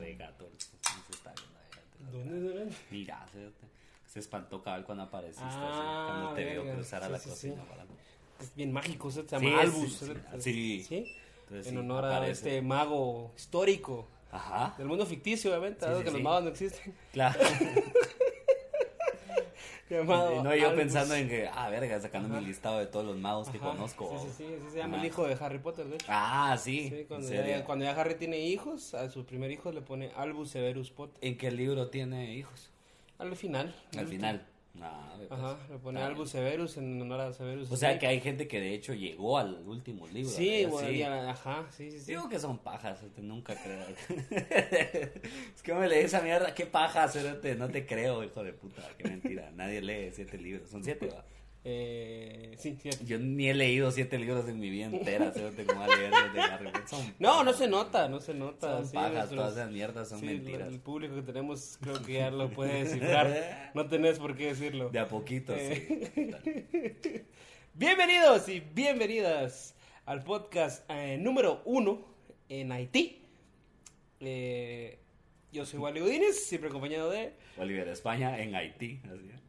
de gato. Se está viendo de gato. la ¿Dónde verdad. se ven? Mira, se, se espantó cabal cuando apareciste. así, Ah, cuando te veo verga, cruzar a sí, la sí, cocina. sí. para- Es bien mágico, se Sí, llama es- Albus. sí, ¿sí? sí. ¿Sí? Entonces, En sí, honor a aparece. este mago histórico. Ajá. Del mundo ficticio, obviamente, Sí, dado sí, que sí. los magos no existen. Claro. Llamado Y no yo Albus. pensando en que, ah, verga, sacando mi listado de todos los magos que Ajá, conozco. Sí, sí, sí, así se llama Ajá. el hijo de Harry Potter, de hecho. Ah, sí. Sí, en cuando, serio. ya, cuando ya Harry tiene hijos, a su primer hijo le pone Albus Severus Potter. ¿En qué libro tiene hijos? Al final. Al último. final. Ah, ve, pues. Ajá, le pone Ah, Albus Severus en honor a Severus. O sea Snape. que hay gente que de hecho llegó al último libro. Sí, ¿verdad? güey, ya- ajá, sí, sí, sí. Digo que son pajas, este, nunca creo. es que me leí esa mierda, qué pajas, cerote, no te creo, hijo de puta, qué mentira. Nadie lee siete libros, son siete, va. Eh, sí, sí. Yo ni he leído siete libros en mi vida entera, cerote, como a leer los de Harry Potter. Son No, no se nota, no se nota. Son sí, pajas, nuestros- todas esas mierdas son sí, mentiras. El público que tenemos creo que ya lo puede descifrar. No tenés por qué decirlo. De a poquito, Eh. sí. Bienvenidos y bienvenidas al podcast eh, número uno en Haití. Eh, yo soy Wally Godínez, siempre acompañado de... Oliver, España en Haití, así. ¿eh?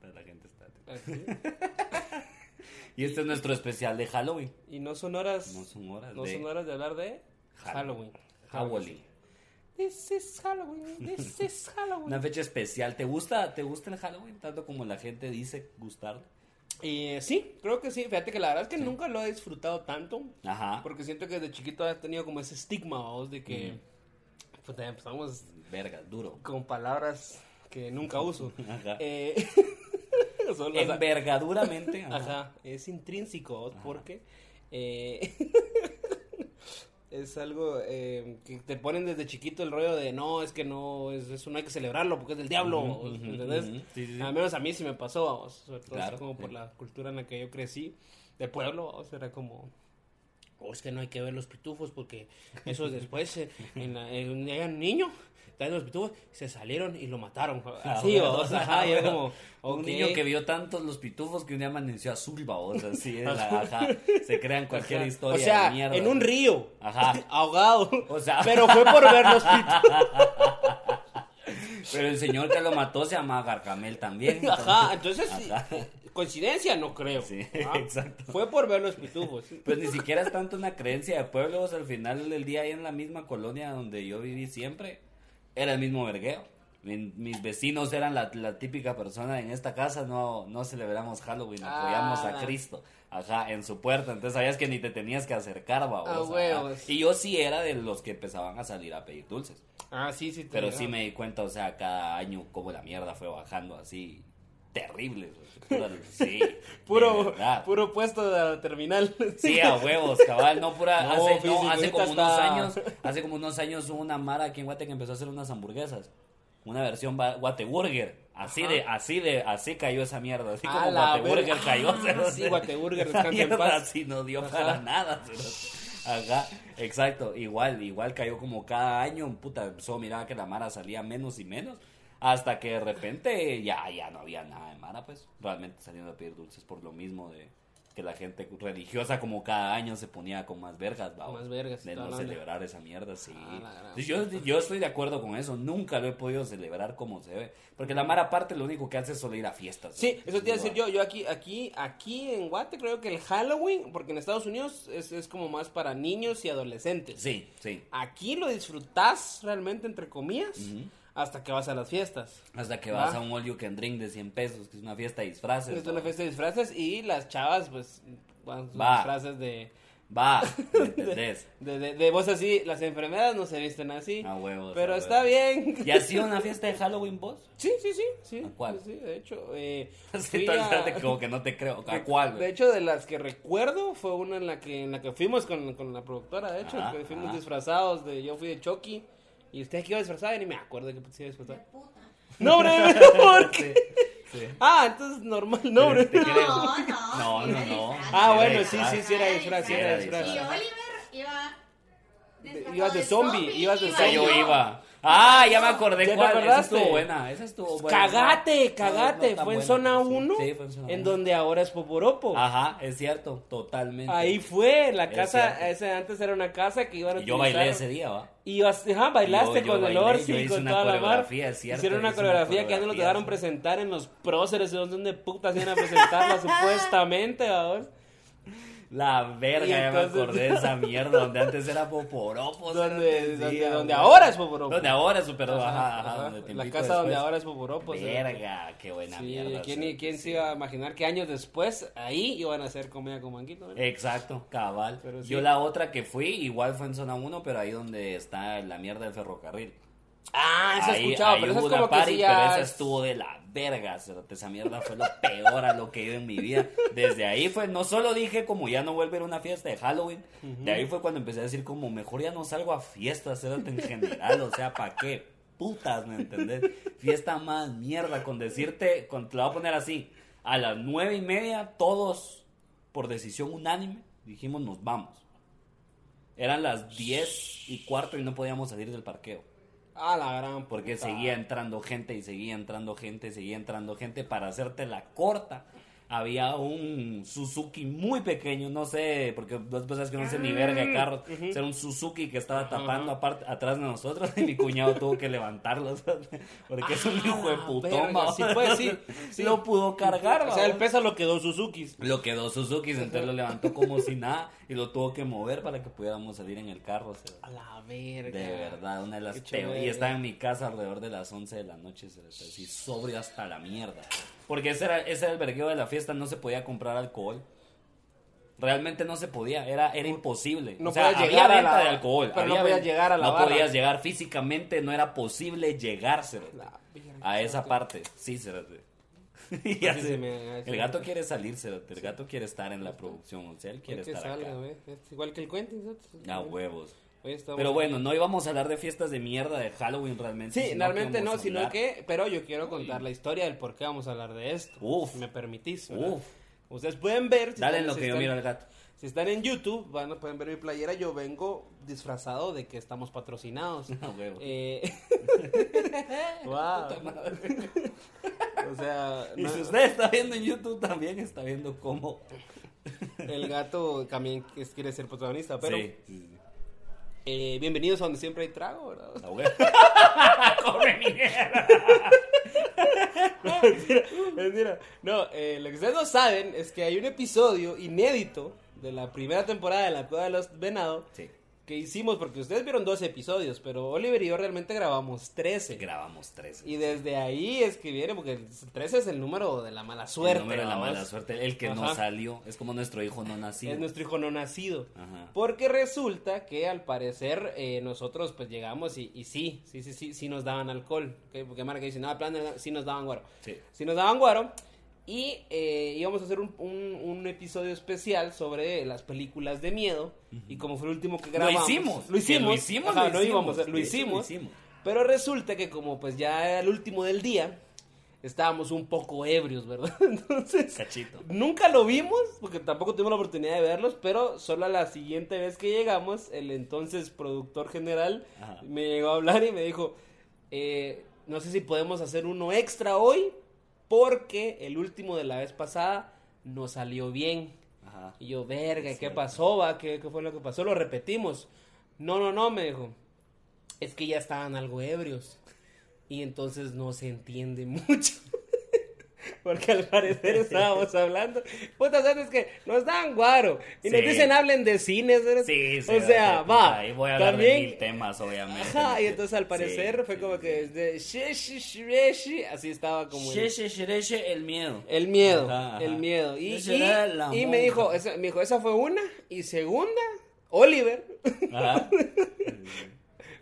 Pero La gente está. Y este es nuestro especial de Halloween. Y no son horas... No son horas no de son horas de hablar de Halloween. Halloween. Halloween. This is Halloween, this is Halloween. Una fecha especial. ¿Te gusta, ¿Te gusta el Halloween tanto como la gente dice gustar? Eh, sí, creo que sí. Fíjate que la verdad es que nunca lo he disfrutado tanto. Ajá. Porque siento que desde chiquito has tenido como ese estigma, vos, de que pues, empezamos Verga, duro. con palabras que nunca uso. Ajá. Eh, son las- Envergaduramente. Ajá. ajá, es intrínseco, vos, porque eh, es algo eh, que te ponen desde chiquito el rollo de no, es que no, es, eso no hay que celebrarlo porque es del diablo, Ujú, vos", ujú, ¿entendés? ujú. Sí, sí, sí. Al menos a mí sí me pasó, vos, sobre todo así Claro, como sí. por la cultura en la que yo crecí, de pueblo, o sea, era como... "Oh, es que no hay que ver los pitufos porque esos después, eh, en la- en un era un niño, traen los pitufos, se salieron y lo mataron. Así, Ah, bueno, o sea, ajá, yo bueno. como, Un "Ok". niño que vio tantos los pitufos que un día amaneció azul, babosa. Así es, ajá. Se crean cualquier Ajá. historia O sea, de mierda. en un río. Ajá. Ahogado. O sea- Pero fue por ver los pitufos. Pero el señor que lo mató se llama Gargamel también. Ajá. Entonces, sí, Ajá. coincidencia no creo. Sí, Ah, exacto. Fue por ver los pitufos. Pues ni siquiera es tanto una creencia de pueblos. Al final del día, ahí en la misma colonia donde yo viví siempre, era el mismo vergueo. Mi- Mis vecinos eran la, la típica persona en esta casa, no, no celebramos Halloween, apoyamos Ah. a Cristo, ajá, en su puerta, entonces sabías que ni te tenías que acercar, babos, Ah, ajá. huevos. Y yo sí era de los que empezaban a salir a pedir dulces, Ah, sí, sí. te pero digo. sí me di cuenta, o sea, cada año cómo la mierda fue bajando así, terrible, o sea, pura- sí, de Puro, verdad. puro puesto de la terminal. Sí, a huevos, cabal. No, pura. No, hace, no, físico, hace como ahorita unos está- años. Hace como unos años hubo una Mara aquí en Guate que empezó a hacer unas hamburguesas. Una versión ba- Guateburger. Así Ajá. de, así de, así cayó esa mierda. Así A como la Guateburger verga. cayó. Ah, cerote. sí, Esa Guateburger, descansa en mierda paz. así no dio Ajá. para nada. cerote. Ajá, exacto. Igual, igual cayó como cada año. Puta, empezó, miraba que la Mara salía menos y menos. Hasta que de repente ya, ya no había nada de Mara, pues. Realmente saliendo a pedir dulces por lo mismo de que la gente religiosa como cada año se ponía con más vergas, ¿va? Más vergas, De toda no la onda. celebrar esa mierda, sí. Ah, la gran Sí, yo, yo estoy de acuerdo con eso. Nunca lo he podido celebrar como se ve. Porque la Mara aparte lo único que hace es solo ir a fiestas. Sí, ¿no? eso te iba a decir yo. Yo aquí, aquí, aquí en Guate creo que el Halloween, porque en Estados Unidos es, es como más para niños y adolescentes. Sí, sí. Aquí lo disfrutás realmente, entre comillas, hasta que vas a las fiestas. Hasta que Va. vas a un all you can drink de 100 pesos, que es una fiesta de disfraces. Es ¿no? una fiesta de disfraces y las chavas, pues, van con sus Va. disfraces de, Va, ¿me entendés? de, de, de vos así. Las enfermeras no se visten así. A huevos, Pero Ah, a está bien. ¿Y ha sido una fiesta de Halloween vos? Sí, sí, sí. sí ¿A cuál? Sí, de hecho. eh, Así fui todo el a- rato como que no te creo. ¿A cuál? De güey? hecho, de las que recuerdo, fue una en la que, en la que fuimos con, con la productora, de hecho, Ajá, que fuimos ajá. disfrazados, de, yo fui de Chucky, y usted aquí iba disfrazada, y ni me acuerdo que se iba disfrazada. No, hombre, ¿por qué? Sí, sí. Ah, entonces normal, no, hombre. Te creo. No, no, No, no, no. era Ah, Era bueno, sí, disfraz. sí, sí, era disfraz, sí, era Era disfraz. Y disfraz. Oliver iba. Ibas de zombie, ibas de O sea, yo iba iba. Ah, ya me acordé ¿Ya te cuál. Esa acordaste? estuvo buena. Esa estuvo buena. No, Cagate, no cagate. tan fue en buena, zona pero sí. 1, Sí, fue en zona en uno. donde ahora es Poporopo. Ajá, es cierto, totalmente. Ahí fue, la Es cierto. casa, ese antes era una casa que iban a Y yo utilizar. bailé ese día, ¿va? Y vas- ajá, bailaste Yo- yo con bailé, el Orsi yo y hice con una toda la mar. coreografía, es cierto, Hicieron una hice una coreografía que ya no lo coreografía, dejaron sí. presentar en los próceres, no sé dónde putas iban a presentarla supuestamente, vamos. La verga, Y ya me entonces- acordé de esa mierda donde antes era Poporopos. Donde, era donde- día, donde güey. ahora es Poporopo. Donde ahora es super Ajá, ajá, ajá, ajá. donde te La invito casa donde después. ahora es Poporopo. sí. Verga, qué buena Sí, mierda. ¿quién, sí. quién se iba a imaginar que años después ahí iban a hacer comida con manguito? eh? Eh, ¿no? Exacto, cabal. Pero sí. Yo la otra que fui, igual fue en zona 1, pero ahí donde está la mierda del ferrocarril. ah, eso he Ahí- escuchado, ahí pero eso es hubo una como que party, sí pero ya... esa estuvo de la verga, cerote. esa mierda fue lo peor a lo que he ido en mi vida. Desde ahí fue, no solo dije como ya no vuelvo a ir a una fiesta de Halloween, de ahí fue cuando empecé a decir como mejor ya no salgo a fiestas, cerote, en general, o sea, ¿para qué? Putas, ¿me entendés? Fiesta más mierda, con decirte, con, te la voy a poner así, a las nueve y media todos, por decisión unánime, dijimos nos vamos. Eran las diez y cuarto y no podíamos salir del parqueo. Ah, la gran Porque puta. seguía entrando gente y seguía entrando gente, seguía entrando gente. Para hacerte la corta, había un Suzuki muy pequeño, no sé, porque dos cosas que no Ah. sé ni verga de carros. O sea, era un Suzuki que estaba tapando aparte, atrás de nosotros y mi cuñado tuvo que levantarlo. o sea, Porque es un hijo de Ah, putón, verga, ¿va? sí, pues, sí, Entonces, sí. Lo pudo cargar, O sea, el ¿va? peso lo quedó Suzuki. Lo quedó Suzuki, entonces lo levantó como si nada y lo tuvo que mover para que pudiéramos salir en el carro. o sea. A la verga. De verdad, una de las Qué chulo, peores. Y verga. estaba en mi casa alrededor de las 11 de la noche, se lo estoy así sobrio hasta la mierda. Porque ese era, ese era el vergueo de la fiesta, no se podía comprar alcohol. Realmente no se podía, era, era imposible. No o sea, podías había llegar a venta la- de alcohol. pero no había podías venta- llegar a la No barra. podías llegar físicamente, no era posible llegárselo. La verga, A esa cerote. parte, sí, cerote. Y Así así- se me- así el me- gato quiere salir, cerote, El gato quiere estar en la producción, o sea, él quiere Que estar salga, acá. güey. Es igual que el Quentin. ¿no? A huevos. Hoy estamos- Pero bueno, no íbamos a hablar de fiestas de mierda de Halloween realmente. Sí, sino que realmente no, íbamos a sino hablar- que, pero yo quiero contar la historia del por qué vamos a hablar de esto. Uf. Si me permitís. ¿verdad? Uf, Ustedes pueden ver. si dale están- en lo si que yo están- miro al gato. Si están en YouTube, van a pueden ver mi playera. Yo vengo disfrazado de que estamos patrocinados. A Ah, huevo. Eh, wow. O sea, Y no- si usted está viendo en YouTube también está viendo cómo. el gato también es- quiere ser protagonista, pero Sí, sí, sí. eh, bienvenidos a donde siempre hay trago, ¿verdad? A huevo. Come mierda. Mentira. No, eh, lo que ustedes no saben es que hay un episodio inédito de la primera temporada de La Cueva de los Venado Sí, que hicimos porque ustedes vieron dos episodios, pero Oliver y yo realmente grabamos 13. grabamos tres. y desde ahí es que viene, porque el 13 es el número de la mala suerte. El número de la ¿vamos? mala suerte, el que no Ajá. salió. Es como nuestro hijo no nacido. Es nuestro hijo no nacido. Ajá. Porque resulta que al parecer eh, nosotros pues llegamos y, y sí, sí, sí, sí, sí nos daban alcohol. ¿ok? Porque Marca dice, no, plan, sí nos daban guaro. Sí. Si nos daban guaro. Y eh, íbamos a hacer un, un- un episodio especial sobre las películas de miedo. Y como fue el último que Lo grabamos. hicimos. Lo hicimos. que Lo hicimos. Ajá, lo no íbamos a- hicimos, lo de hecho, hicimos. Pero resulta que como pues ya era el último del día, estábamos un poco ebrios, ¿verdad? Entonces... Cachito. Nunca lo vimos, porque tampoco tuvimos la oportunidad de verlos, pero solo a la siguiente vez que llegamos, el entonces productor general Ajá. me llegó a hablar y me dijo, eh, no sé si podemos hacer uno extra hoy, porque el último de la vez pasada no salió bien. Ajá. Y yo, verga, ¿qué Cierto. pasó? Va? ¿Qué, ¿Qué fue lo que pasó? Lo repetimos. No, no, no, me dijo. Es que ya estaban algo ebrios. Y entonces no se entiende mucho. Porque al parecer estábamos hablando. Putas antes que nos dan guaro. Y nos Sí. dicen hablen de cines. ¿verdad? Sí, sí. O sea, va. Ahí voy a hablar de mil temas, obviamente. Ajá, y entonces al Sí, parecer fue sí, como sí, que de she, she, she, she, así estaba como el- Sheshe, shereshe, el miedo. el miedo, Ajá, ajá. el miedo. Y, Esa era la y, y monja. me dijo, esa, me dijo, esa fue una. Y segunda, Oliver. Ajá.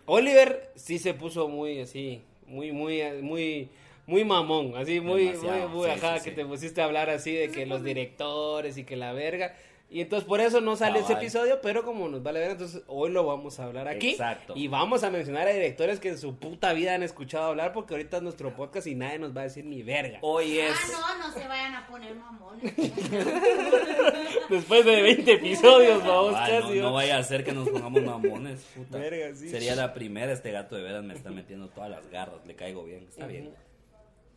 Oliver sí se puso muy así, muy, muy, muy, muy mamón. Así, muy, muy, Demasiado, muy, sí, ajá, sí, que sí. te pusiste a hablar así de que los directores y que la verga. Y entonces por eso no sale ese Cabal. episodio, pero como nos vale ver, entonces hoy lo vamos a hablar aquí. Exacto. Y vamos a mencionar a directores que en su puta vida han escuchado hablar, porque ahorita es nuestro podcast y nadie nos va a decir ni verga. Hoy es. Ah, no, no se vayan a poner mamones. Después de 20 episodios, vamos Ah, no, casi. no vaya a ser que nos pongamos mamones, puta. Verga, sí. Sería la primera, este gato de veras me está metiendo todas las garras, le caigo bien, está bien.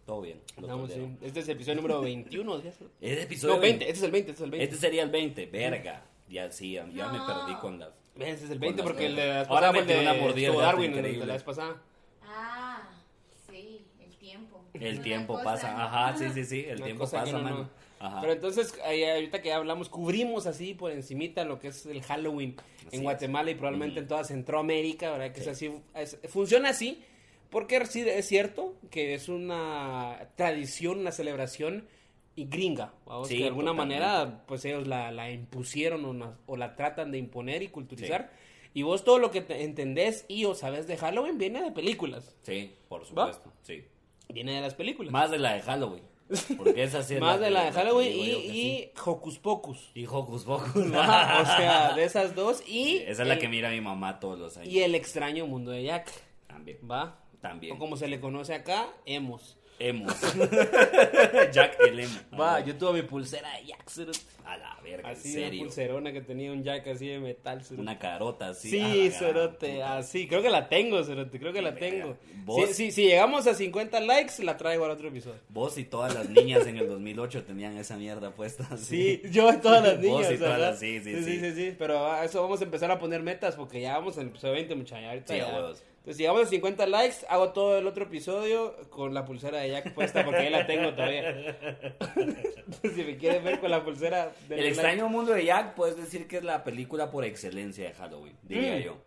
Todo bien. lo Andamos, tolero. sí. Este es el episodio número 21. ¿sí? Es episodio No, 20, este es el 20, este es el 20. Este sería el 20, verga. Ya sí, ya ya me No. perdí con las. Ese es el 20 Con porque las el de la vez Ahora pasada fue el me tiró una de mordida estuvo el gato, Darwin, el de increíble. la vez pasada. Ah, sí, el tiempo. El Una tiempo cosa, ¿no? pasa, ajá, sí, sí, sí, el Una tiempo cosa que pasa, no, no. mano. Ajá. Pero entonces, ahí ahorita que ya hablamos, cubrimos así por encimita lo que es el Halloween Así en es. Guatemala y probablemente en toda Centroamérica, ¿verdad? Que es así, es- funciona así, porque sí es cierto que es una tradición, una celebración y gringa, vamos, Sí, que de alguna totalmente. manera pues ellos la, la impusieron o, na- o la tratan de imponer y culturizar. Y vos todo lo que te entendés y o sabes de Halloween viene de películas, Sí, por supuesto, sí. viene de las películas. Más, Más de la de Halloween. Porque esa sí es de la de que- Halloween que y, digo yo que sí. y Hocus Pocus. Y Hocus Pocus. Ajá, o sea, de esas dos y... Esa es la el- que mira mi mamá todos los años. Y el extraño mundo de Jack, También. ¿va? También. O como se le conoce acá, Emos. Emos. Jack el Emo. Ah, Va, yo tuve mi pulsera de Jack, cerote. A la verga, en Así, una serio. pulserona que tenía un Jack así de metal, cerote. Una carota así. a la Sí, ah. gran Cerote, puta. así, creo que la tengo, Cerote, creo que la Verga. tengo. ¿Vos? Si, si- si llegamos a 50 likes, la traigo al otro episodio. Vos y todas las niñas en el 2008 tenían esa mierda puesta así. Sí, yo a todas las Vos niñas, y todas ¿verdad? las- sí, sí, sí, sí. sí, Pero a eso vamos a empezar a poner metas porque ya vamos en el episodio 20, muchachos. Ahorita Sí, ya. a huevos. Entonces, si llegamos a 50 likes, hago todo el otro episodio con la pulsera de Jack puesta porque ahí la tengo todavía. Entonces, si me quieren ver con la pulsera de El extraño mundo de Jack, puedes decir que es la película por excelencia de Halloween, diría Mm. yo.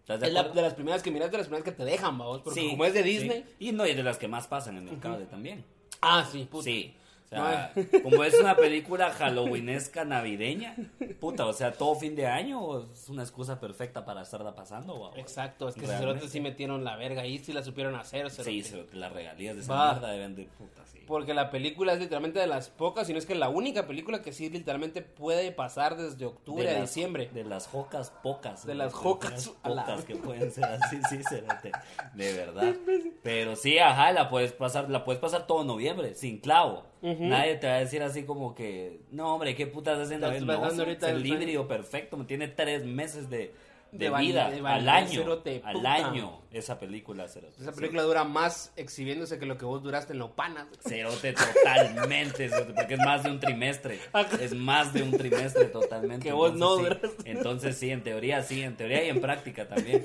¿Estás de Es la- acuerdo? de las primeras que miras, de las primeras que te dejan, vamos. Porque Sí, como es de sí. Disney. Y no, y de las que más pasan en el cable también. Ah, sí, puta. Sí. O sea, como es una película halloweenesca navideña, puta, o sea, todo fin de año es una excusa perfecta para estarla pasando, guau. Exacto, es que Realmente. Cerote sí metieron la verga ahí, sí la supieron hacer, Cerote. Sí, se lo- las regalías de esa Va. mierda deben de puta, sí. Porque la película es literalmente de las pocas, si no es que la única película que sí literalmente puede pasar desde octubre De a las- diciembre. De las jocas pocas. De ¿no? las jocas a la- pocas que pueden ser así, sí, cerote. De verdad. Pero sí, ajá, la puedes pasar, la puedes pasar todo noviembre, sin clavo. Nadie te va a decir así como que, no, hombre, ¿qué putas hacen? Estás No, pasando es- ahorita es el- el híbrido perfecto, me tiene tres meses de, de De val- vida de al validez, año. cerote, al puta. año, esa película, cerote. Esa película dura más exhibiéndose que lo que vos duraste en Lopanas. Cerote totalmente, cerote, porque es más de un trimestre. Es más de un trimestre totalmente. Que vos no Entonces, sí. duraste. Entonces sí, en teoría sí, en teoría y en práctica también.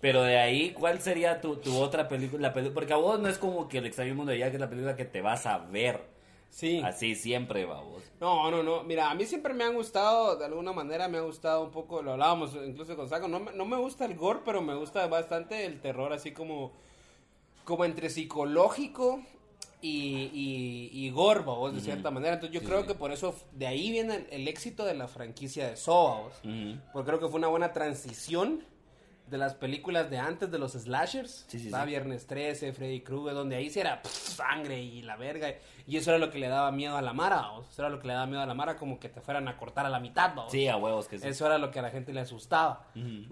Pero de ahí, ¿cuál sería tu, tu otra película? La peli- Porque a vos no es como que el extraño mundo de Jack es la película que te vas a ver. Sí. Así siempre, va vos. No, no, no. Mira, a mí siempre me han gustado, de alguna manera me ha gustado un poco, lo hablábamos incluso con Saco, no, me- no me gusta el gore, pero me gusta bastante el terror, así como, como entre psicológico y, y, y gore, babos, de cierta manera. Entonces yo Sí, creo sí. que por eso, de ahí viene el, el éxito de la franquicia de Saw, babos. Ujú. Porque Pues creo que fue una buena transición de las películas de antes de los slashers. Sí, sí, Estaba sí. Viernes 13, Freddy Krueger, donde ahí sí era pff, sangre y la verga. Y eso era lo que le daba miedo a la Mara. O eso era lo que le daba miedo a la Mara, como que te fueran a cortar a la mitad. ¿no? Sí, a huevos que sí. Eso era lo que a la gente le asustaba.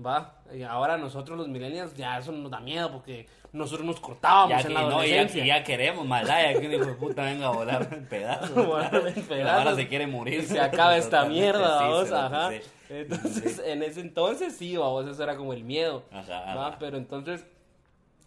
¿va? Y ahora nosotros los millennials ya eso nos da miedo porque nosotros nos cortábamos Ya en que la no, ya, adolescencia. ya queremos, malaya, que un hijo de puta venga a volar en pedazos. Volar en pedazos. Ahora se quiere morir. Y se acaba esta Totalmente, mierda, sí, vamos, cerote, ajá. sí. Entonces, en ese entonces sí, vamos, eso era como el miedo. Ajá, ¿va? ajá. Pero entonces,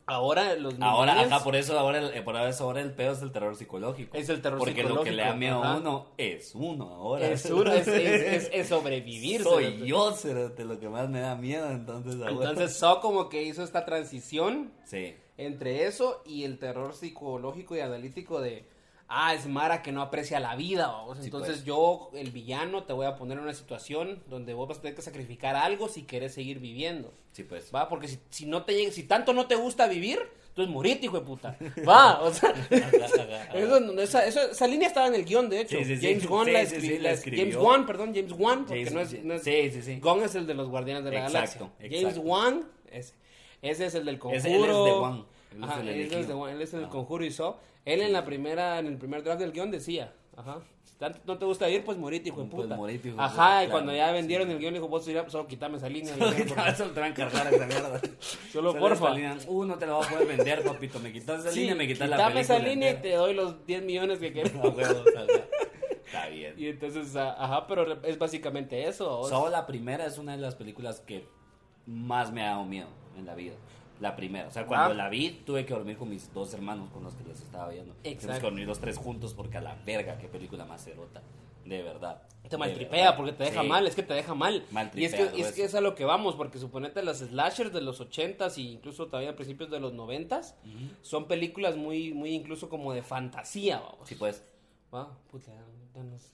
ahora los Ahora, millennials- ajá, por eso ahora el, eh, por eso ahora el pedo es el terror psicológico. Es el terror Porque lo que le da psicológico, miedo ajá. a uno es uno ahora. es, duro, es, es- es- es sobrevivir. Soy cerote. yo, cerote, lo que más me da miedo, entonces ahora. Entonces, So como que hizo esta transición Sí. entre eso y el terror psicológico y analítico de ah es Mara que no aprecia la vida vamos. Sí, entonces pues. yo el villano te voy a poner en una situación donde vos vas a tener que sacrificar algo si querés seguir viviendo Sí, pues. va porque si, si no te llega- si tanto no te gusta vivir entonces morite hijo de puta va o sea Ajá, ajá, ajá. eso no- esa, eso- esa línea estaba en el guión, de hecho. Sí, sí, sí. James Wan Sí, la, sí, escri- sí, la la- escribió. James Wan, perdón, James Wan, porque James- no es, no es- sí, sí, sí. Gon es el de los Guardianes de la Exacto, Galaxia. James exacto. Wan, ese, ese es el del Conjuro. Ese- él es de Wan, él es Ajá, el él es elegido. de Wan, él es el del Ajá. Conjuro y So. Él en la primera, en el primer draft del guión decía, Ajá. Si tanto no te gusta ir, pues morite, hijo de Pues puta. morite, hijo de Ajá, puta, y cuando claro, ya vendieron el guión, dijo, vos dirás, solo quítame esa línea. güey, Ahorita vas a entrar a encargar esa mierda. Solo Solo porfa. esta línea. Uh, no te la voy a poder vender, papito. Me quitas esa Sí, línea, me quitas la quítame película. esa línea y entera. te doy los 10 millones que quieres. A huevo, o sea, Está bien. y entonces, a- ajá, pero re- es básicamente eso. o sea, Solo la primera es una de las películas que más me ha dado miedo en la vida. La primera. O sea, cuando Ah. la vi, tuve que dormir con mis dos hermanos con los que les estaba viendo. Tuvimos que Exacto. dormir los tres juntos porque a la verga, qué película más erota. De verdad. Te De maltripea verdad. porque te deja Eh, ah, Sí. pues. mal, es que te deja mal. Maltripea, Y es que, güey. es que es a lo que vamos, porque suponete las slashers de los 80s e incluso todavía a principios de los 90s son películas muy, muy incluso como de fantasía, vamos. Sí, pues. Va, puta, ya nos-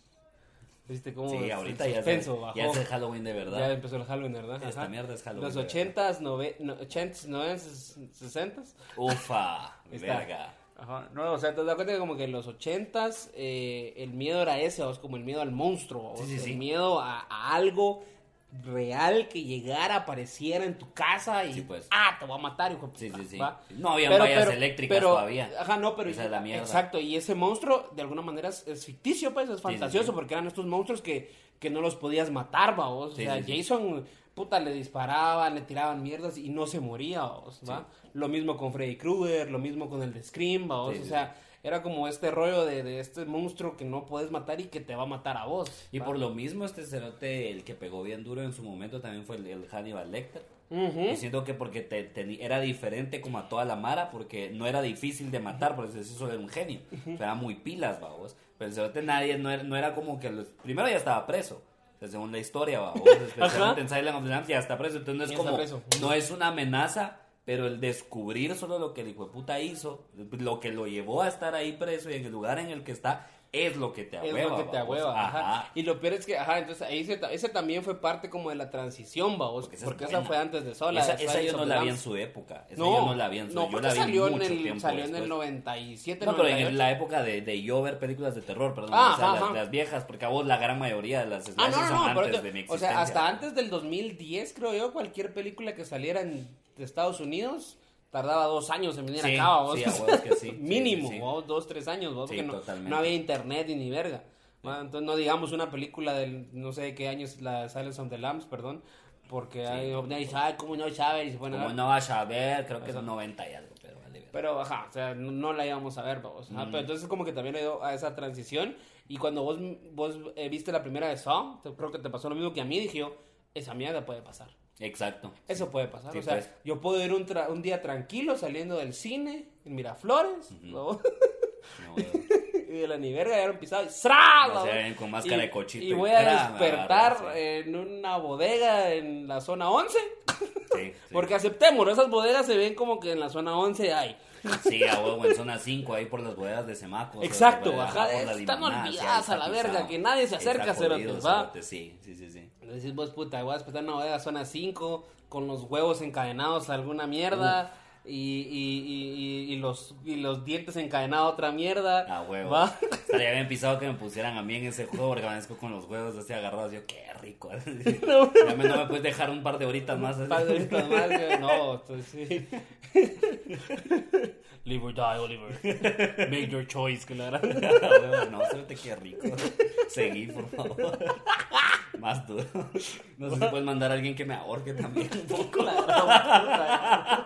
¿Viste cómo Sí, el ahorita ya se, suspenso bajó? ya es el Halloween de Ya verdad. empezó el Halloween, ¿verdad? Esta Ajá. mierda es Halloween, Los de verdad. 80s, 80s, 90s, 60s. Ufa, Está. verga. Ajá, no, o sea, te das cuenta que como que en los ochentas eh, el miedo era ese, ¿vos? como el miedo al monstruo, ¿vos? Sí, sí, el sí. miedo a, a algo real que llegara, apareciera en tu casa y Sí, pues. ah, te va a matar, hijo. de Sí, puta", sí, sí. ¿va? No habían vallas eléctricas todavía. Ajá, no, pero Esa es la mierda. exacto, y ese monstruo de alguna manera es, es ficticio, pues, es fantasioso, sí. porque eran estos monstruos que, que no los podías matar, ¿va? vos? O Sí, sea, sí, sí. Jason, puta, le disparaban, le tiraban mierdas y no se moría, vos, ¿va? Lo mismo con Freddy Krueger, lo mismo con el de Scream, ¿va? vos? Sí, o sí, sea, era como este rollo de, de este monstruo que no puedes matar y que te va a matar a vos. Y ¿va? por lo mismo, este cerote, el que pegó bien duro en su momento también fue el, el Hannibal Lecter. Ujú. Y siento que porque te, te- era diferente como a toda la mara, porque no era difícil de matar, por eso decir, solo era un genio. O sea, era muy pilas, babos. Pero el cerote nadie, no era, no era como que... los- primero ya estaba preso, o sea, según la historia, babos. Especialmente en Silent of the Lambs ya está preso, entonces no es Ya está como... preso. No es una amenaza, pero el descubrir solo lo que el hijo de puta hizo, lo que lo llevó a estar ahí preso y en el lugar en el que está, es lo que te Es ahueva, lo que te babos. ahueva, ajá. Ajá. Y lo peor es que, ajá, entonces ahí se ta- ese también fue parte como de la transición, va, vos, Porque porque, esa esa, es buena. fue antes de Sola. esa de esa yo Silence of no the la vi en Lambs. su época. Esa yo no la vi en su no, yo porque la vi salió, mucho en, el, tiempo salió en después. el 97, No, pero en 98. la época de, de yo ver películas de terror, perdón, Ah, o sea, ajá, las, ajá. las viejas, porque a vos la gran mayoría de las Ah, slashers no, son no, no, antes pero de mi te- existencia. o sea, hasta antes del 2010, creo yo, cualquier película que saliera en de Estados Unidos tardaba dos años en venir Sí, a cabo, vos. sí, a huevos que sí, sí, Mínimo, sí, sí. vos, dos, tres años, vos, Sí, porque no, totalmente. no había internet y ni verga. ¿va? Entonces, no digamos una película del, no sé de qué año es la Silence of the Lambs, perdón, porque hay, nadie sabe cómo no sabe y se ponen a- Como no vas a ver, creo que es 90 y algo, pero vale. verga. pero, ajá, o sea, no, no la íbamos a ver, vamos. ajá, Pero entonces como que también le dio a esa transición. Y cuando vos, vos eh, viste la primera de Saw, te- creo que te pasó lo mismo que a mí, dije yo, esa mierda puede pasar. Exacto. Eso puede pasar. Sí, o sea, pues. yo puedo ir un, tra- un día tranquilo saliendo del cine, en Miraflores, ¿no? No, huevo. y de la ni verga, ya era un pisado y ¡zra! O sea, ¿no? con máscara de Ah, Y- cochito Y, y voy a ¡tra! me despertar eh, agarra, sí. en una bodega en la zona 11. Sí, sí. Porque aceptemos, esas bodegas se ven como que en la zona 11 hay. Sí, a huevo, en zona 5, ahí por las bodedas de Semaco. o sea, Exacto, por la- ajá, por la están limonada, olvidadas sí, ahí está a la pisado. verga, que nadie se Está acerca, jodido, cerotes, ¿va? cerote, Sí, sí, sí, sí. Decís vos, puta, voy a despertar en una bodega zona 5 con los huevos encadenados a alguna mierda y, y, y, y- y los, y los dientes encadenados a otra mierda. A huevo. ¿va? Estaría bien pisado que me pusieran a mí en ese juego porque amanezco con los huevos así agarrados. Yo, qué rico. Ya me, no me puedes dejar un par de horitas más. así. Padre, puta madre, no, entonces sí. Live or die, Oliver. Make your choice, que la gran- A huevo, no, suerte, qué rico. Seguí, por favor. Más duro. No sé si puedes mandar a alguien que me ahorque también un poco. la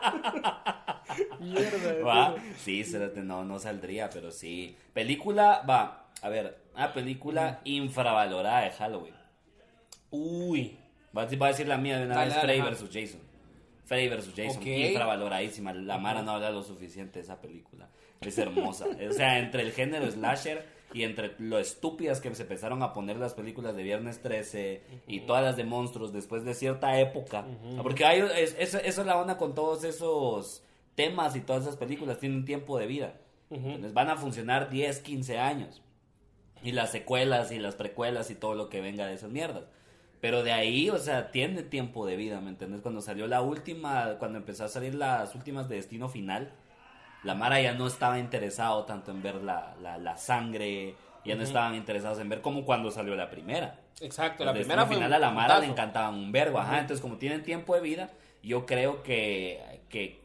gran puta. Mierda. eh. ¿Va? Sí, espérate, no, no saldría, pero sí. Película, va. A ver, una película infravalorada de Halloween. Uy. Va a va a decir la mía de una Dale, vez, dale, Freddy ajá. versus Jason. Freddy versus Jason, Ok. infravaloradísima. La Mara no habla lo suficiente de esa película. Es hermosa. o sea, entre el género slasher y entre lo estúpidas que se empezaron a poner las películas de Viernes 13 y todas las de monstruos después de cierta época. Porque hay, es, eso, eso es la onda con todos esos temas y todas esas películas. Tienen tiempo de vida. Entonces van a funcionar 10, 15 años. Y las secuelas y las precuelas y todo lo que venga de esas mierdas. Pero de ahí, o sea, tiene tiempo de vida, ¿me entiendes? Cuando salió la última, cuando empezó a salir las últimas de Destino Final, la Mara ya no estaba interesado tanto en ver la, la, la sangre, ya no estaban interesados en ver como cuando salió la primera. Exacto, Al la primera fue. final un a la Mara le putazo. encantaban un verbo, ajá. Ujú. Entonces, como tienen tiempo de vida, yo creo que, que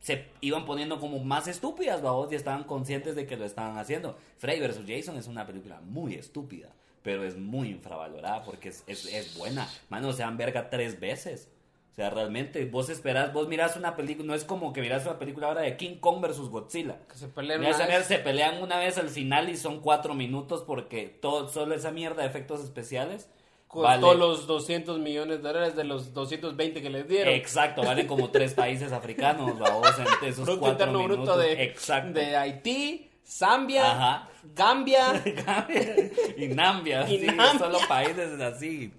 se iban poniendo como más estúpidas, babos, y estaban conscientes de que lo estaban haciendo. Freddy vs. Jason es una película muy estúpida, pero es muy infravalorada porque es, es, es buena. Mano, se dan verga tres veces. O sea, realmente, vos esperás, vos mirás una película, no es como que mirás una película ahora de King Kong versus Godzilla. Que se peleen Mirás una a vez. ver, se pelean una vez al final y son cuatro minutos porque todo, solo esa mierda de efectos especiales Costó los 200 millones de dólares de los 220 que les dieron. Exacto, valen como tres países africanos, babos, entre esos Producto cuatro Interno minutos. Bruto de, Exacto. de Haití, Zambia, Ajá. Gambia, y Nambia, Y sí, Nambia. solo países así.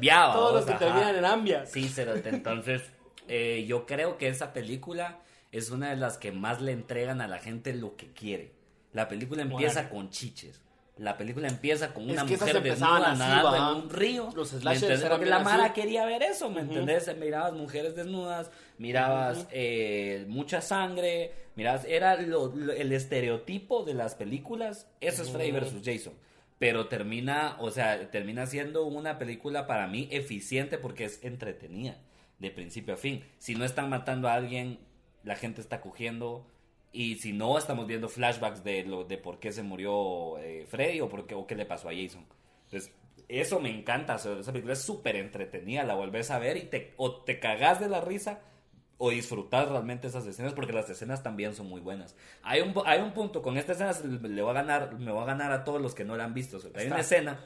Viaba, todos babos, los ajá. que terminan en Ambia. Sí, cerote, entonces eh, yo creo que esa película es una de las que más le entregan a la gente lo que quiere. La película empieza Bueno. con chiches. La película empieza con Es una que esas mujer empezaban desnuda así, nadando va. en un río. Los ¿me slashers entendés? eran Porque la bien Mara así. quería ver eso, ¿me entendés? Mirabas mujeres desnudas, mirabas eh, mucha sangre, mirabas... Era lo- lo- el estereotipo de las películas. Eso es Freddy versus Jason. Pero termina, o sea, termina siendo una película para mí eficiente porque es entretenida de principio a fin. Si no están matando a alguien, la gente está cogiendo. Y si no, estamos viendo flashbacks de lo de por qué se murió eh, Freddy o, por qué, o qué le pasó a Jason. Entonces, eso me encanta. o sea, esa película es súper entretenida. La volvés a ver y te, o te cagás de la risa o disfrutar realmente esas escenas porque las escenas también son muy buenas. Hay un, hay un punto, con esta escena se- le voy a ganar, me voy a ganar a todos los que no la han visto. o sea, hay una escena.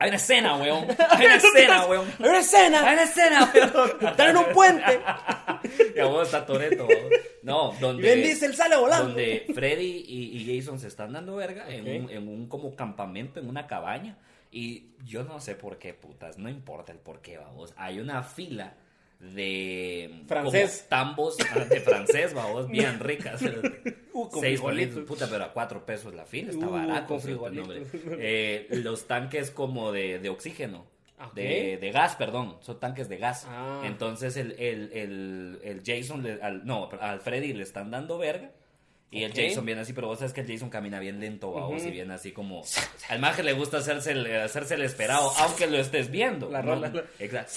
Hay una escena, weón. Hay una escena, weón. Hay una escena, Hay una escena, weón. están en un puente Ya vos está Toreto. No, y donde. Ben Diesel sale volando. Donde Freddy y, y Jason se están dando verga en, Ok. un, en un como campamento, en una cabaña. Y yo no sé por qué, putas, no importa el por qué, babos. Hay una fila de... Francés. como Tambos ah, de francés, babos, bien ricas. Uh, con Seis frijolitos. bolitos, puta, pero a cuatro pesos la fila, está Uh, barato. con o sea, frijolitos. no, hombre. Eh, los tanques como de, de oxígeno. Ah, Ok. De, de gas, perdón, son tanques de gas. Ah. Entonces el, el, el, el Jason, le- al, no, al Freddy le están dando verga. Y Ok. el Jason viene así, pero vos sabes que el Jason camina bien lento, babos, Ujú. y viene así como... Al maje le gusta hacerse el, hacerse el esperado, aunque lo estés viendo. La ¿no? rola. Exacto.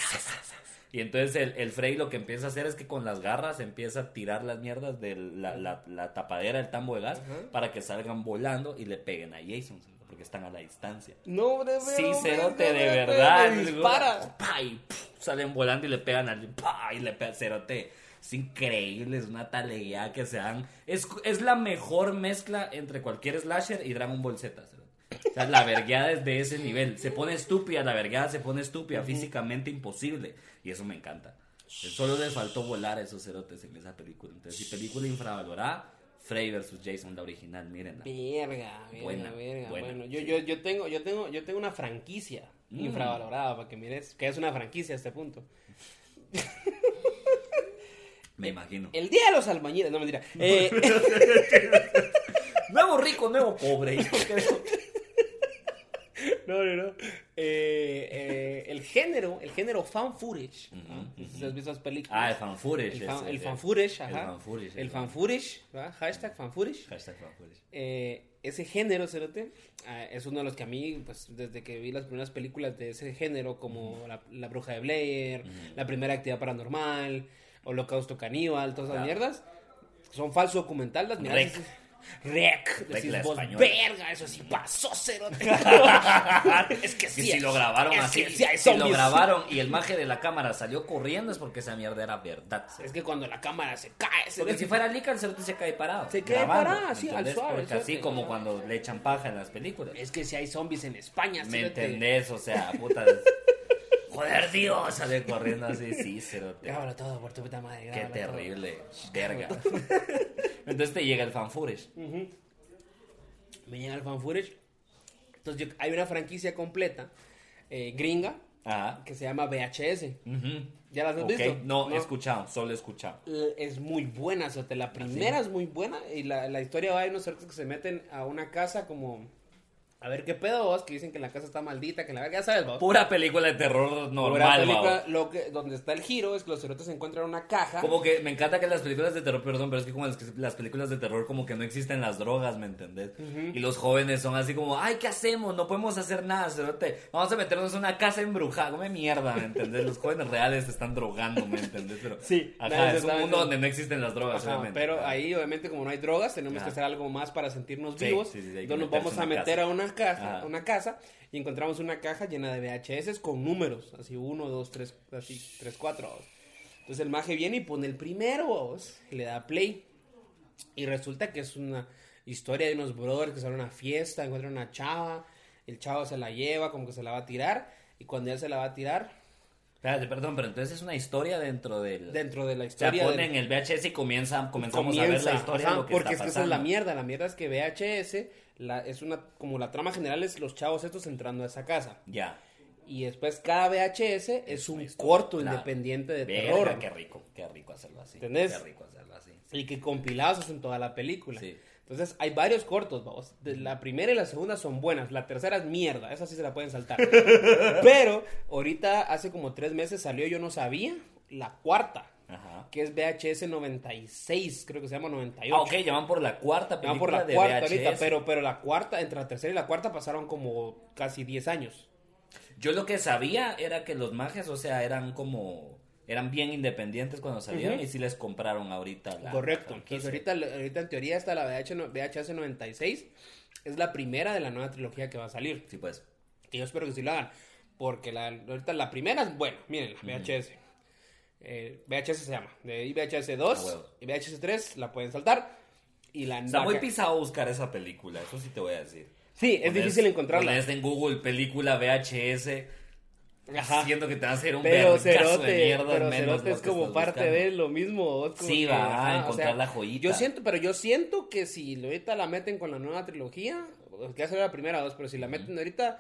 Y entonces el, el Freddy lo que empieza a hacer es que con las garras empieza a tirar las mierdas de la, la- la tapadera del tambo de gas Ajá. para que salgan volando y le peguen a Jason, porque están a la distancia. No, hombre, Sí, hombre, cerote, hombre, de hombre, verdad. me el Dispara. güey, pa, y, pf, salen volando y le pegan al. pa, y le pegan cerote. Es increíble, es una taleguía que se dan. Es, es la mejor mezcla entre cualquier slasher y Dragon Ball Z. cerote. O sea, la vergueada es de ese nivel. Se pone estúpida, la vergueada se pone estúpida, físicamente imposible. Y eso me encanta. Solo les faltó volar a esos cerotes en esa película. Entonces, si película infravalorada, Frey vs. Jason, la original, mírenla. Verga, verga, Buena, verga. buena. Bueno, yo, yo, yo tengo, yo tengo, yo tengo una franquicia Mm. infravalorada para que mires que es una franquicia a este punto. Me imagino. El día de los albañiles, no mentira. Eh, Nuevo rico, nuevo pobre. Yo creo. no, no, no. Eh, eh, el género, el género fan footage. ¿no? Ujú, No sé si has visto esas películas. Ah, el fan footage. El fan, ese, el ese. fan footage, El ajá. fan footage, El fan footage, ¿verdad? Hashtag fan footage. Hashtag fan footage. Eh, ese género, Cerote, ah, es uno de los que a mí, pues desde que vi las primeras películas de ese género, como la, La Bruja de Blair, La Primera Actividad Paranormal, Holocausto Caníbal, todas esas Claro. mierdas, son falso documental, las miras. Rec. y dices, Rec, Rec decís la vos, española. verga, eso sí pasó, Cerote. Ah, es que Que sí. si es- lo grabaron es así, que sí hay si lo zombies. grabaron y el maje de la cámara salió corriendo es porque esa mierda era verdad. Es que cuando la cámara se cae, Porque Cerote, si fuera Lica, el cerote se cae parado. Se cae grabando, parado, así, al ¿entendés? suave, Porque así cerote. como cuando le echan paja en las películas. es que si hay zombies en España, ¿Me cerote. entendés? O sea, puta. Joder, Dios, sale corriendo así, sí, cerote. Grábalo todo por tu puta madre. Qué grábalo todo. terrible, verga. Entonces te llega el fan footage. me llega el fan footage. Entonces yo- hay una franquicia completa eh, gringa Ajá. que se llama VHS. Ah, Ujú. ¿Ya las has Mm. Ok, visto? No, he escuchado, solo he escuchado. L- Es muy buena, Sote. ¿Ah, La primera es muy buena y la, la historia va de unos cerdos que se meten a una casa como A ver qué pedo vos, que dicen que la casa está maldita, que la verga, ya sabes vos. Pura película de terror Por normal, la va, película, vos. lo que, donde está el giro es que los cerotes se encuentran una caja. Como que me encanta que las películas de terror, perdón, pero es que como las, las películas de terror como que no existen las drogas, ¿me entendés? Y los jóvenes son así como, ay, ¿qué hacemos? No podemos hacer nada, cerote. Vamos a meternos en una casa embrujada, come mierda, ¿me entendés? Los jóvenes reales se están drogando, ¿me entendés? Pero, Sí, nadie ajá, se es un mundo está metiendo. donde no existen las drogas, Ajá, realmente. pero ahí, obviamente, como no hay drogas, tenemos Ajá. que hacer algo más para sentirnos Sí, vivos. sí, sí, hay que Entonces nos meterse vamos a en una meter casa. a una casa, Ajá. una casa y encontramos una caja llena de VHS con números, así 1, 2, 3, así 3, 4. Entonces el maje viene y pone el primero, babos, y le da play. Y resulta que es una historia de unos brothers que salen a una fiesta, encuentran una chava, el chavo se la lleva, como que se la va a tirar, y cuando él se la va a tirar, Espérate, perdón, pero entonces es una historia dentro del... dentro de la o sea, historia... del- ponen el VHS y comienza, comenzamos a ver la historia ajá, de lo que porque está es que esa es la pasando. mierda. La mierda es que VHS la, es una. Como la trama general es los chavos estos entrando a esa casa. Ya. Y después cada VHS es un corto independiente de Verga, terror. Qué rico, qué rico hacerlo así. ¿Entendés? Qué rico hacerlo así. Y que compilados hacen toda la película. Sí. Entonces hay varios cortos, vamos. De- La primera y la segunda son buenas. La tercera es mierda. Esa sí se la pueden saltar. Pero ahorita hace como tres meses salió Yo No Sabía. La cuarta. Ajá. Que es VHS 96. Creo que se llama 98. Ah, ok, ya van por la cuarta película Van por la de cuarta VHS. ahorita, pero, pero la cuarta, entre la tercera y la cuarta pasaron como casi 10 años. Yo lo que sabía era que los mages, o sea, eran como... Eran bien independientes cuando salieron Ujú. y sí les compraron ahorita la... Correcto. la Entonces franquicia. ahorita, ahorita en teoría está la VH no- VHS 96. Es la primera de la nueva trilogía que va a salir. Sí, pues. Que yo espero que sí lo hagan. Porque la, ahorita la primera es buena. Miren, la VHS. Eh, VHS se llama. De ahí VHS 2 Ah, huevo. y VHS 3 la pueden saltar. Y la Está la muy que- pisado buscar esa película, eso sí te voy a decir. Sí, es Pones- difícil encontrarla. Pones en Google película VHS. Ajá. Siento que te va a hacer un Pero vergazo de Cerote, mierda pero menos Cerote lo es que como estás parte buscando. de lo mismo. vos como Sí, que, va a ajá, o encontrar sea, la joyita. Yo siento, pero yo siento que si ahorita la meten con la nueva trilogía, que ya será la primera dos, pero si la meten ahorita,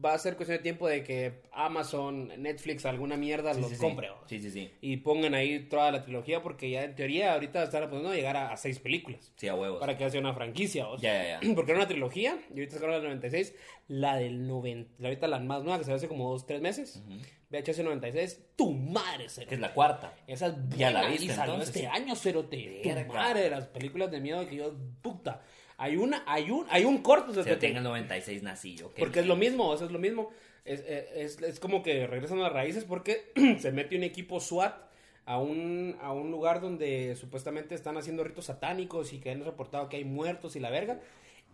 va a ser cuestión de tiempo de que Amazon, Netflix, alguna mierda Sí, los sí, sí. compre. vos. Sí, sí, sí. Y pongan ahí toda la trilogía, porque ya en teoría ahorita están a punto de llegar a, a seis películas. Sí, a huevos. Para que sea una franquicia, vos. Ya, ya, ya. Porque era una trilogía, y ahorita sacaron la del 96, la del 90, la ahorita la más nueva que se hace como 2, 3 meses. VHS 96, tu madre, Que Cerote. es la cuarta. Esa es Ya la buena, viste, y salió entonces. este año, Cerote. Tu Verga. madre, las películas de miedo que yo, puta. Hay una, hay un, hay un corto, Se Cerote. tenga el 96 nacillo. Porque es lo mismo, o sea, es lo mismo. Es, eh, es- es- es como que regresan a las raíces porque se mete un equipo SWAT a un, a un lugar donde supuestamente están haciendo ritos satánicos y que han reportado que hay muertos y la verga.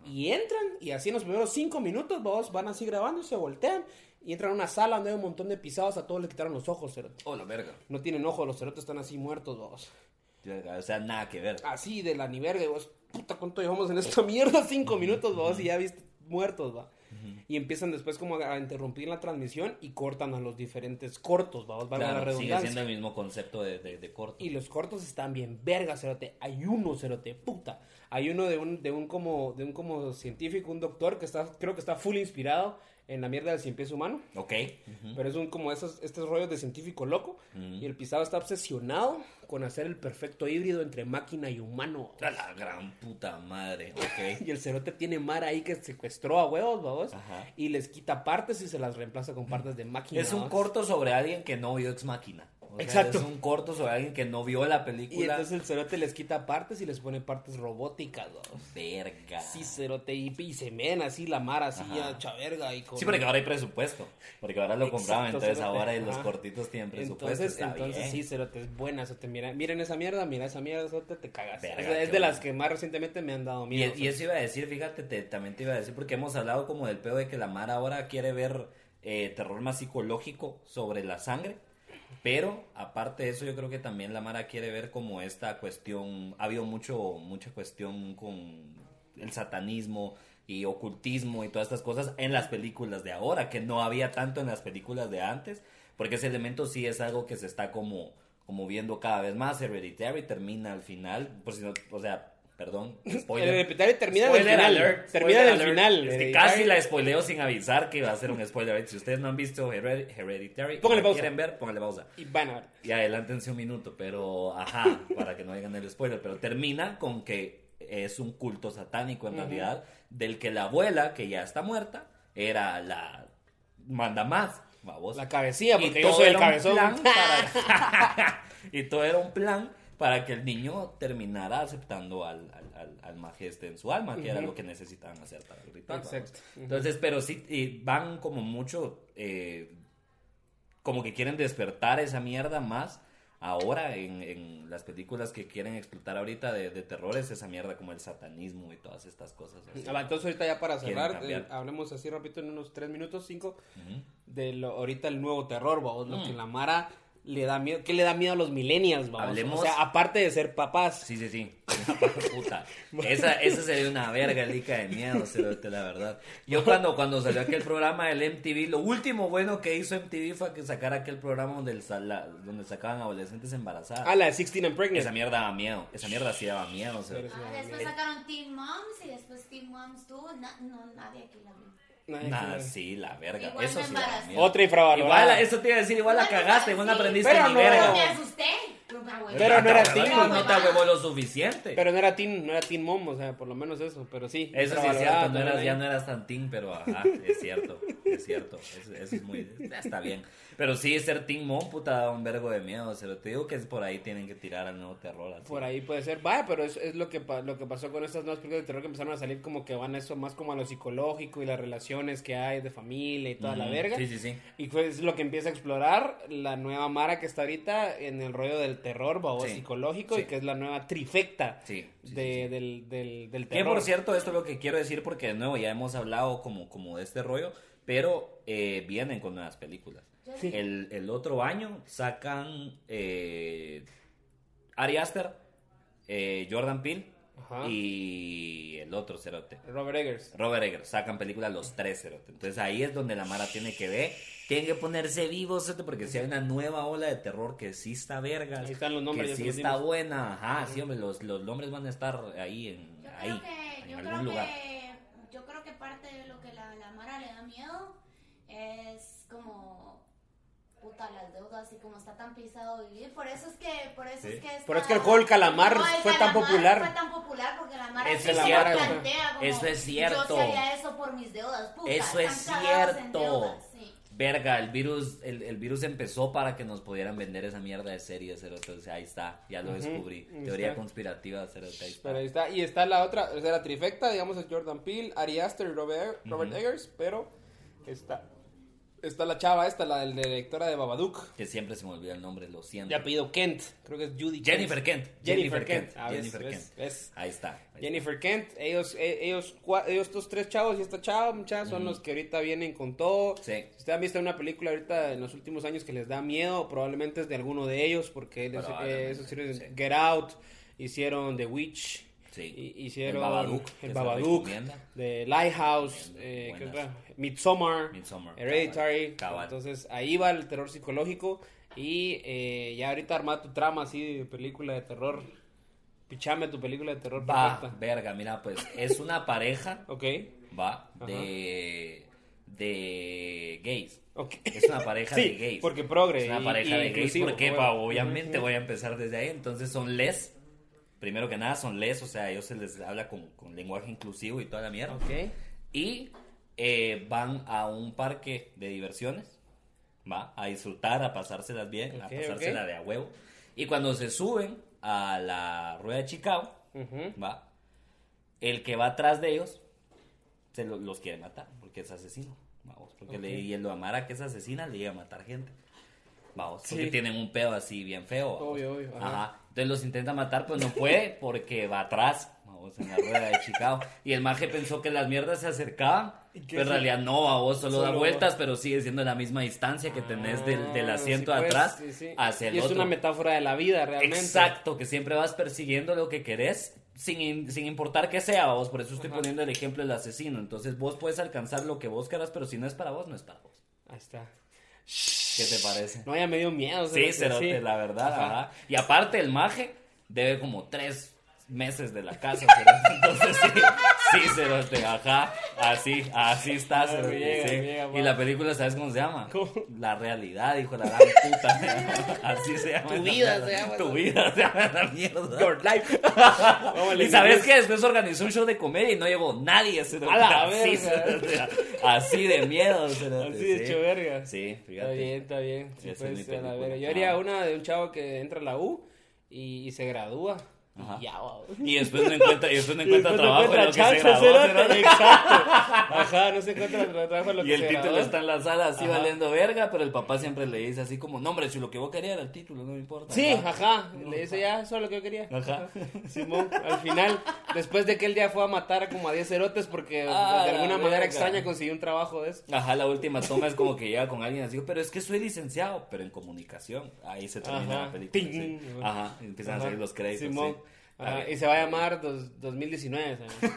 Y entran y así en los primeros cinco minutos vos van así grabando, se voltean y entran a una sala donde hay un montón de pisados, a todos les quitaron los ojos, cerote. Oh, la verga. No tienen ojos, los cerotes están así muertos vos. O sea, nada que ver. Así de la ni verga y vos, puta, ¿cuánto llevamos en esta mierda? Cinco minutos vos y ya viste muertos, va. Y empiezan después como a a interrumpir la transmisión y cortan a los diferentes cortos, vamos, valga la Claro, sigue redundancia. siendo el mismo concepto de, de, de corto. Y los cortos están bien verga, cerote. Hay uno, cerote, puta. Hay uno de un, de un como, de un como científico, un doctor que está, creo que está full inspirado en la mierda del cien pies humano. Ok. Pero es un como esos, estos rollos de científico loco. Ujú. Y el pisado está obsesionado con hacer el perfecto híbrido entre máquina y humano. A la gran puta madre. Ok. Y el cerote tiene mar ahí que secuestró a huevos, babos. Ajá. Y les quita partes y se las reemplaza con partes de máquina. es un babos. corto sobre alguien que no vio Ex Máquina. O sea, Exacto. Es un corto sobre alguien que no vio la Y película. entonces el cerote les quita partes y les pone partes robóticas, babos. Verga. Sí, cerote. Y, y se mena así la mar así Ajá. a chaverga. Y con... Sí, porque ahora hay presupuesto. Porque ahora lo Exacto, compraban, entonces cerote. ahora los Ajá. cortitos tienen presupuesto. Entonces, está entonces bien. sí, cerote, es buena, cerote. Mira, miren esa mierda, mira esa mierda, cerote, te cagas. Verga, O sea, es qué de bueno. las que más recientemente me han dado Y, miedo. y eso iba a decir, fíjate, te- también te iba a decir, porque hemos hablado como del pedo de que la Mara ahora quiere ver eh, terror más psicológico sobre la sangre, pero aparte de eso yo creo que también la Mara quiere ver como esta cuestión, ha habido mucho, mucha cuestión con el satanismo y ocultismo y todas estas cosas en las películas de ahora, que no había tanto en las películas de antes, porque ese elemento sí es algo que se está como, como viendo cada vez más, Hereditary termina al final, por si no, o sea, perdón, El spoiler. repetario termina en el Spoiler final. alert, termina en spoiler el alert. final. Es que eh, casi y- la spoileo sin avisar que va a ser un spoiler. alert. Si ustedes no han visto Hered- Hereditary, y Póngale la pausa. quieren ver, pónganle pausa. Y van a ver. Y adelántense un minuto, pero ajá, para que no hagan el spoiler. Pero termina con que es un culto satánico en realidad, del que la abuela, que ya está muerta, era la manda más, babosa. La cabecilla, porque Y yo todo soy el era un cabezón. plan para- y todo era un plan para que el niño terminara aceptando al, al, al- al majeste en su alma, que era Ujú. lo que necesitaban hacer para el ritual. vamos. Exacto. Entonces, pero sí, y van como mucho, eh, como que quieren despertar esa mierda más. Ahora en, en las películas que quieren explotar ahorita de, de terrores, esa mierda como el satanismo y todas estas cosas. así. Ah, va, Entonces ahorita ya para Quieren cerrar, cambiar. eh, hablemos así rapidito en unos 3 minutos, 5, Ujú. Mm. de lo, ahorita el nuevo terror, vamos, lo que la Mara le da miedo, ¿qué le da miedo a los millennials, vamos? Hablemos- O sea, aparte de ser papás, Sí, sí, sí. Puta. Esa, esa sería una verga lica de miedo, cerote, la verdad. Yo cuando, cuando salió aquel programa del MTV, lo último bueno que hizo MTV fue que sacara aquel programa donde, el sala- donde sacaban adolescentes embarazadas. a Ah, la de 16 and Esa Pregnant. mierda daba miedo. Esa mierda sí daba miedo, cerote. Ah, después sacaron Teen Moms y después Teen Moms tú. na- no, nadie aquí la vio. Nadie Nah, quiere. sí, la verga. Igual eso me sí daba embaracé. miedo. Otra infravalorada. Igual, eso te iba a decir, igual la Igual me cagaste, igual no embaracé. aprendiste Pero ni no. verga. Pero me asusté. Pero, me agüité. Pero no era Te teen, huevó, No te mamá. huevó lo suficiente. Pero no era teen, no era teen mom, o sea, por lo menos eso, pero sí. Eso sí es infravalorada cierto, no eras, también ya ahí. no eras tan teen, pero ajá, es cierto, es cierto, eso, eso es muy, está bien. Pero sí, ser teen mom, puta, da un vergo de miedo, se lo te digo que es por ahí tienen que tirar al nuevo terror, así. Por ahí puede ser, vaya, pero es, es lo, que pa- lo que pasó con estas nuevas películas de terror que empezaron a salir como que van a eso más como a lo psicológico y las relaciones que hay de familia y toda la Ujú, verga. Sí, sí, sí. Y fue es lo que empieza a explorar la nueva Mara que está ahorita en el rollo del terror, babos Sí, psicológico, sí. y que es la nueva trifecta Sí, sí, de, sí, sí. Del, del, del Que terror. por cierto, esto es lo que quiero decir porque de nuevo ya hemos hablado como, como de este rollo, pero eh, vienen con nuevas películas. Sí. El, el otro año sacan eh, Ari Aster, eh, Jordan Peele Ajá. y el otro cerote. Robert Eggers. Robert Eggers, sacan películas los tres, cerote. Entonces ahí es donde la Mara tiene que ver, tiene que ponerse vivo, cerote, porque si hay una nueva ola de terror que sí está verga, Ahí están los que nombres, ya sí se los está dimos. buena, ajá, sí, hombre, los, los nombres van a estar ahí, en, Yo ahí, creo que, en yo algún creo lugar. que, yo creo que parte de lo que la, la Mara le da miedo es como puta las deudas y como está tan pisado vivir, por eso es que, por eso Sí. es que esta- Por eso es que el juego del calamar el fue tan calamar popular. Fue tan popular porque la Mara Eso sí es se lo cierto. plantea como, Eso es cierto. Yo sí haría eso por mis deudas, puta, Eso es están cagados en cierto. deudas, sí. Verga, el virus, el, el virus empezó para que nos pudieran vender esa mierda de series, cerote, o sea, ahí está, ya lo descubrí. ahí Teoría está. conspirativa, cerote, ahí está. Pero ahí está. Y está la otra, o sea, la trifecta, digamos, es Jordan Peele, Ari Aster y Robert, Robert Eggers, pero está, está la chava esta, la del directora de Babadook. Que siempre se me olvida el nombre, lo siento. De apellido Kent, creo que es Judy Kent. Jennifer Kent. Jennifer Kent. Ah, ves, Jennifer ves, Kent. ves. Ahí está. Jennifer Kent, ellos, eh, ellos, cua- ellos, estos tres chavos y esta chava, muchachos, son los que ahorita vienen con todo. Sí. Si ustedes han visto una película ahorita en los últimos años que les da miedo, probablemente es de alguno de ellos, porque les- eh, Probablemente, esos hicieron sí. Get Out, hicieron The Witch, Sí. hi- hicieron El Babadook, que el se Babadook, recomienda. The Lighthouse, eh, ¿qué Buenas. otra? Midsommar, Midsommar, cabal, Hereditary. cabal. Entonces ahí va el terror psicológico y eh, ya ahorita armar tu trama así de película de terror. Pichame tu película de terror Va, perfecta. verga, mira, pues es una pareja, Ok, va, de, de gays. ok. Es una pareja Sí, de gays. porque progre Es una y- pareja y de gays. inclusivo, Porque, bueno. pa, obviamente voy a empezar desde ahí. Entonces son les. Primero que nada son les, o sea, a ellos se les habla con, con lenguaje inclusivo y toda la mierda. Ok. Y eh, van a un parque de diversiones, va, a disfrutar, a pasárselas bien, a Ok, pasársela ok. de a huevo. Y cuando se suben a la rueda de Chicago, Ujú. va, el que va atrás de ellos se lo- los quiere matar porque es asesino, vamos, porque le, Ok. y el lo amara que es asesina le llega a matar gente. Vamos, porque Sí. tienen un pedo así bien feo. vamos. Obvio, obvio, ajá. Ajá. Entonces los intenta matar, pues no puede porque va atrás, vamos, en la rueda de Chicago. Y el maje pensó que las mierdas se acercaban, ¿Y qué pero en es? realidad no, vos solo, da Solo- vueltas, pero sigue siendo la misma distancia que tenés del, del Ah, asiento sí, de pues, atrás sí, sí. hacia el Y es otro. una metáfora de la vida, realmente. Exacto, que siempre vas persiguiendo lo que querés sin, in- sin importar que sea vos. Por eso estoy Ajá. poniendo el ejemplo del asesino. Entonces vos puedes alcanzar lo que vos querás, pero si no es para vos, no es para vos. Ahí está. ¿Qué te parece? No haya medio miedo. o sea, sí, no sé, cerote, sí. la verdad. Ajá. ajá. Y aparte, el maje debe como tres meses de la casa. cerote. Entonces sí, Sí, cerote, ajá. Así, así está, Claro, cerote, Ah, llega, sí. llega, Y va. la película, ¿sabes cómo se llama? ¿Cómo? La realidad, hijo de la gran puta. así se llama. Tu esa vida mierda. se llama, Tu ¿no? vida se llama la mierda. Your life. Y sabes que después organizó un show de comedia y no llegó nadie. cerote. A la así, verga. cerote, así de miedo. cerote, Así de sí. hecho verga. Sí, Está fíjate. bien, está bien. Sí, Esa es pues, mi a la película. verga. Yo haría Ah. una de un chavo que entra a la U y, y se gradúa. Ajá. Y ya, va. Y después no encuentra, y después no encuentra Después no trabajo en encuentra lo que se chance, graduó, cerote, cerote. Exacto. Ajá, no se encuentra trabajo en lo Y que el se título graduó. está en la sala así Ajá. valiendo verga, pero el papá siempre le dice así como, no hombre, si lo que vos querías era el título, no me importa. Sí, Ajá. ajá. Le dice ya, eso es lo que yo quería. Ajá. Simón, al final, después de que él ya fue a matar a como a 10 cerotes porque Ah, de alguna la manera verga. extraña consiguió un trabajo de eso. Ajá, la última toma es como que llega con alguien así, pero es que soy licenciado, pero en comunicación. Ahí se termina Ajá. la película. Ting. sí. Ajá, empiezan a salir los créditos. Simón. sí. Ajá, Está bien. y se va a llamar dos- 2019. ¿sabes?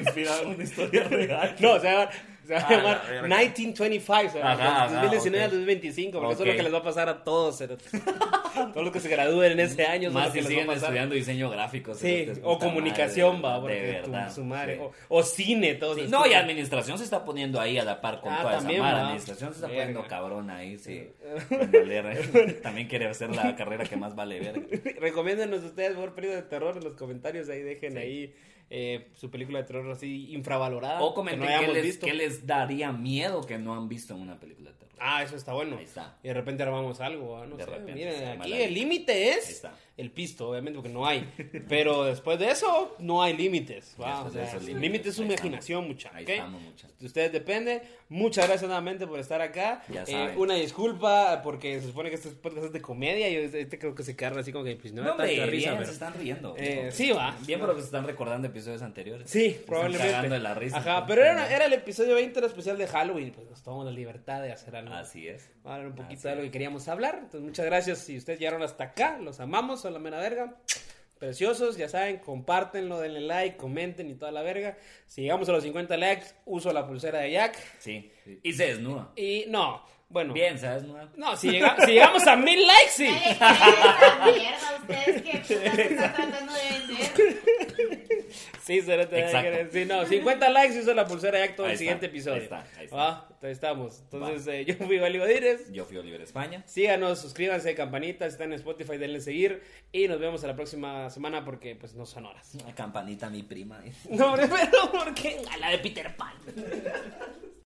Inspirado en una historia real. No, se va, se va a Ah, la llamar verga. 1925, ¿sabes? Ajá, ajá, 2019 ok. 2025, porque eso es Ok. lo que les va a pasar a todos, cerotes. todos los que se gradúen en ese año, eso es Más lo que si les va a siguen pasar. estudiando diseño gráfico. Sí, cerotes, o puta comunicación, madre, va, porque de tu- verdad, su madre. sí. O, o cine, todos. Sí, esos no, y tipos. administración se está poniendo ahí a la par con Ah, toda también, esa mara. ¿verdad? Administración se está Verga. poniendo cabrón ahí, sí. Valer, También quiere hacer la carrera que más vale verga. Recomiéndenos ustedes, por películas de terror en los comentarios. Ahí dejen ahí eh, su película de terror así infravalorada. O Ah, que no comenten hayamos qué, les, visto. qué les daría miedo que no han visto en una película de terror. Ah, eso está bueno. Ahí está. Y de repente armamos algo, ah, no De sé. repente se Miren, arma aquí la- el límite es Ahí está. el pisto, obviamente, porque no hay. Pero después de eso, no hay límites. va, Después o de sea, esos el límites, límite es su ahí estamos. imaginación, mucha. Ahí ¿ok? estamos, mucha. De ustedes depende. Muchas gracias nuevamente por estar acá. Ya Eh, saben. una disculpa, porque se supone que este podcast es de comedia. Y este creo que se carga así como que pues, no, No, da hombre, tanta bien, risa. se pero- están riendo. Eh, sí, va. Bien, pero que se están recordando episodios anteriores. Sí, Se Están probablemente. cagando de la risa. Ajá, pero era, era el episodio 20, era especial de Halloween. Pues nos tomamos la libertad de hacer algo. Así es. Vamos a hablar un poquito Así de lo que queríamos hablar. Entonces, muchas gracias si ustedes llegaron hasta acá. Los amamos a la mera verga. Preciosos, ya saben, compártenlo, denle like, comenten y toda la verga. Si llegamos a los 50 likes, uso la pulsera de Jack. Sí. Y se desnuda. Y no, bueno. Bien, se desnuda. No, si, llega- si llegamos a mil likes, sí. Ay, esa mierda, ustedes que putas están tratando de vender. Sí, se te Exacto. Sí, no, 50 likes y uso la pulsera de Jack todo Ahí el siguiente está, episodio. ahí está, ahí está. Va, entonces estamos. Entonces, eh, yo fui Valio Dírez. Yo fui Oliver España. Síganos, suscríbanse, campanita, si están en Spotify, denle seguir y nos vemos a la próxima semana porque pues no son horas. Campanita, mi prima. No, hombre, pero ¿por qué? A la de Peter Pan.